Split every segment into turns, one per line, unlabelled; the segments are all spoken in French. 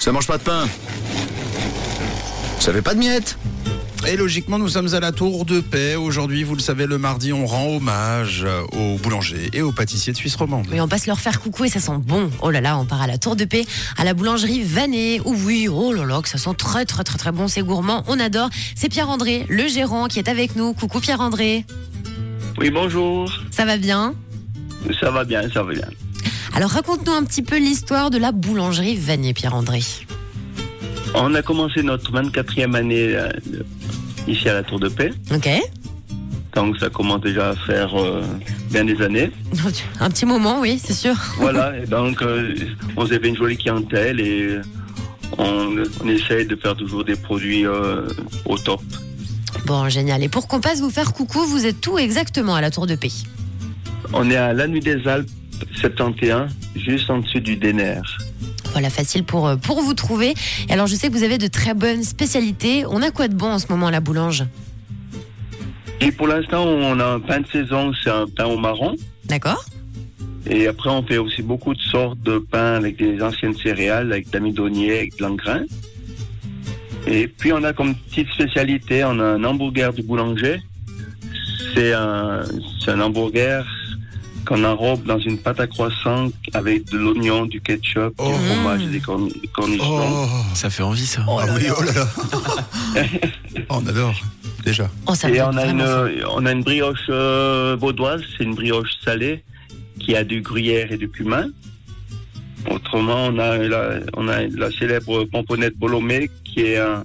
Ça mange pas de pain. Ça fait pas de miettes.
Et logiquement, nous sommes à la Tour de Paix. Aujourd'hui, vous le savez, le mardi, on rend hommage aux boulangers et aux pâtissiers de Suisse romande.
Oui, on passe leur faire coucou et ça sent bon. Oh là là, on part à la Tour de Paix, à la boulangerie Vanet. Oh oui, oh là là, que ça sent très très très très bon, c'est gourmand, on adore. C'est Pierre-André, le gérant, qui est avec nous. Coucou Pierre-André,
Oui, bonjour.
ça va bien
Ça va bien, ça va bien.
Alors raconte-nous un petit peu l'histoire de la boulangerie Vanet, Pierre-André.
On a commencé notre 24e année euh, de- ici à la Tour de Paix.
Ok
Donc ça commence déjà à faire euh, bien des années.
Un petit moment, oui, c'est sûr.
Voilà, et donc euh, on avait une jolie clientèle et on, on essaye de faire toujours des produits euh, au top.
Bon, génial. Et pour qu'on passe vous faire coucou, vous êtes tout exactement à la Tour de Paix.
On est à la Nuit des Alpes 71, juste en dessus du Déner.
Voilà, facile pour, euh, pour vous trouver. Et alors, je sais que vous avez de très bonnes spécialités. On a quoi de bon en ce moment à la boulange
Et pour l'instant, on a un pain de saison, c'est un pain au marron.
D'accord
Et après, on fait aussi beaucoup de sortes de pains avec des anciennes céréales, avec de l'amidonnier, avec de l'engrain. Et puis, on a comme petite spécialité, on a un hamburger du boulanger. C'est un, c'est un hamburger qu'on enrobe dans une pâte à croissant avec de l'oignon, du ketchup,
Oh.
du fromage et des corn- cornichons.
Ça fait envie ça.
Ah oui, oh là là. Oh, on adore, déjà.
Oh, ça
et
me
on
donne
a, une, euh,
vraiment faim.
on a une brioche euh, vaudoise, c'est une brioche salée qui a du gruyère et du cumin. Autrement, on a la, on a la célèbre pomponnette Bolomé qui est un-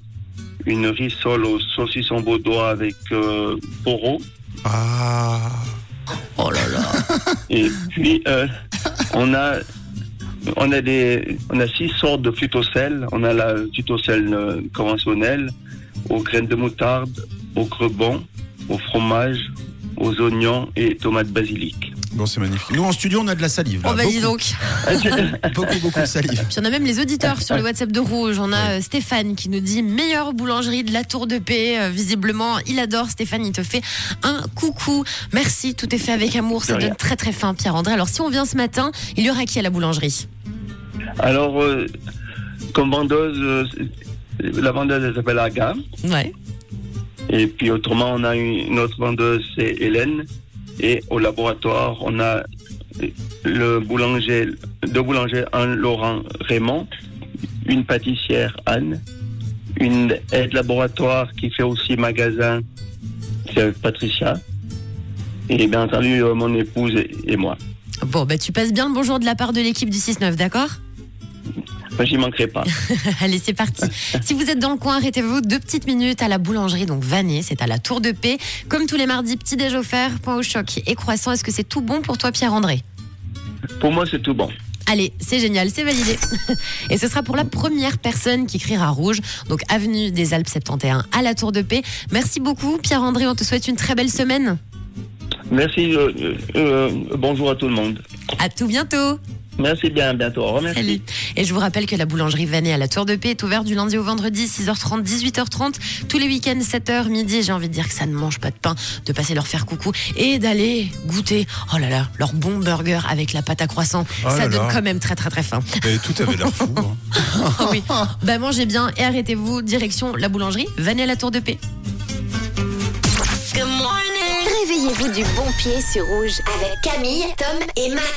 une rissole au saucisson vaudois avec euh, poro.
Ah.
Oh là là.
Et puis, euh, on a. On a des, on a six sortes de flutocelles. On a la flutocelle euh, conventionnelle, aux graines de moutarde, au crebon, au fromage, aux oignons et tomates basilic.
Bon, c'est magnifique. Nous, en studio, on a de la salive. là.
Oh, bah dis
beaucoup,
donc.
beaucoup, beaucoup de salive.
Puis on a même les auditeurs sur le WhatsApp de Rouge. On a euh, Stéphane qui nous dit meilleure boulangerie de la Tour de Paix. Euh, visiblement, il adore Stéphane. Il te fait un coucou. Merci. Tout est fait avec amour. Ça
De rien.
donne très très faim, Pierre-André. Alors, si on vient ce matin, il y aura qui à la boulangerie
Alors, euh, comme vendeuse, euh, la vendeuse elle s'appelle Aga.
Ouais.
Et puis autrement, on a une autre vendeuse, c'est Hélène. Et au laboratoire, on a le boulanger, deux boulangers, un Laurent Raymond, une pâtissière Anne, une aide laboratoire qui fait aussi magasin, c'est Patricia. Et bien entendu, euh, mon épouse et, et moi.
Bon, bah tu passes bien le bonjour de la part de l'équipe du 6-9, d'accord
Moi, J'y manquerai pas.
Allez, c'est parti. si vous êtes dans le coin, arrêtez-vous deux petites minutes à la boulangerie, donc Vanet, c'est à la Tour de Paix. Comme tous les mardis, petit déj offert, point au choc et croissant. Est-ce que c'est tout bon pour toi, Pierre-André
Pour moi, c'est tout bon.
Allez, c'est génial, c'est validé. Et ce sera pour la première personne qui criera rouge, donc avenue des Alpes 71 à la Tour de Paix. Merci beaucoup, Pierre-André, on te souhaite une très belle semaine.
Merci. euh, euh, euh, bonjour à tout le monde.
À tout bientôt.
Merci bien. À bientôt. Au revoir. merci.
Salut. Et je vous rappelle que la boulangerie Vanet à la Tour de Paix est ouverte du lundi au vendredi 6h30, 18h30, tous les week-ends 7h, midi. J'ai envie de dire que ça ne mange pas de pain, de passer leur faire coucou et d'aller goûter, oh là là, leur bon burger avec la pâte à croissant.
Oh
ça
là
donne
là.
quand même très très très faim.
Et tout avait l'air fou. hein.
Oh oui. Bah mangez bien et arrêtez-vous, direction la boulangerie Vanet à la Tour de Paix.
Réveillez-vous du bon pied sur rouge avec Camille, Tom et Matt.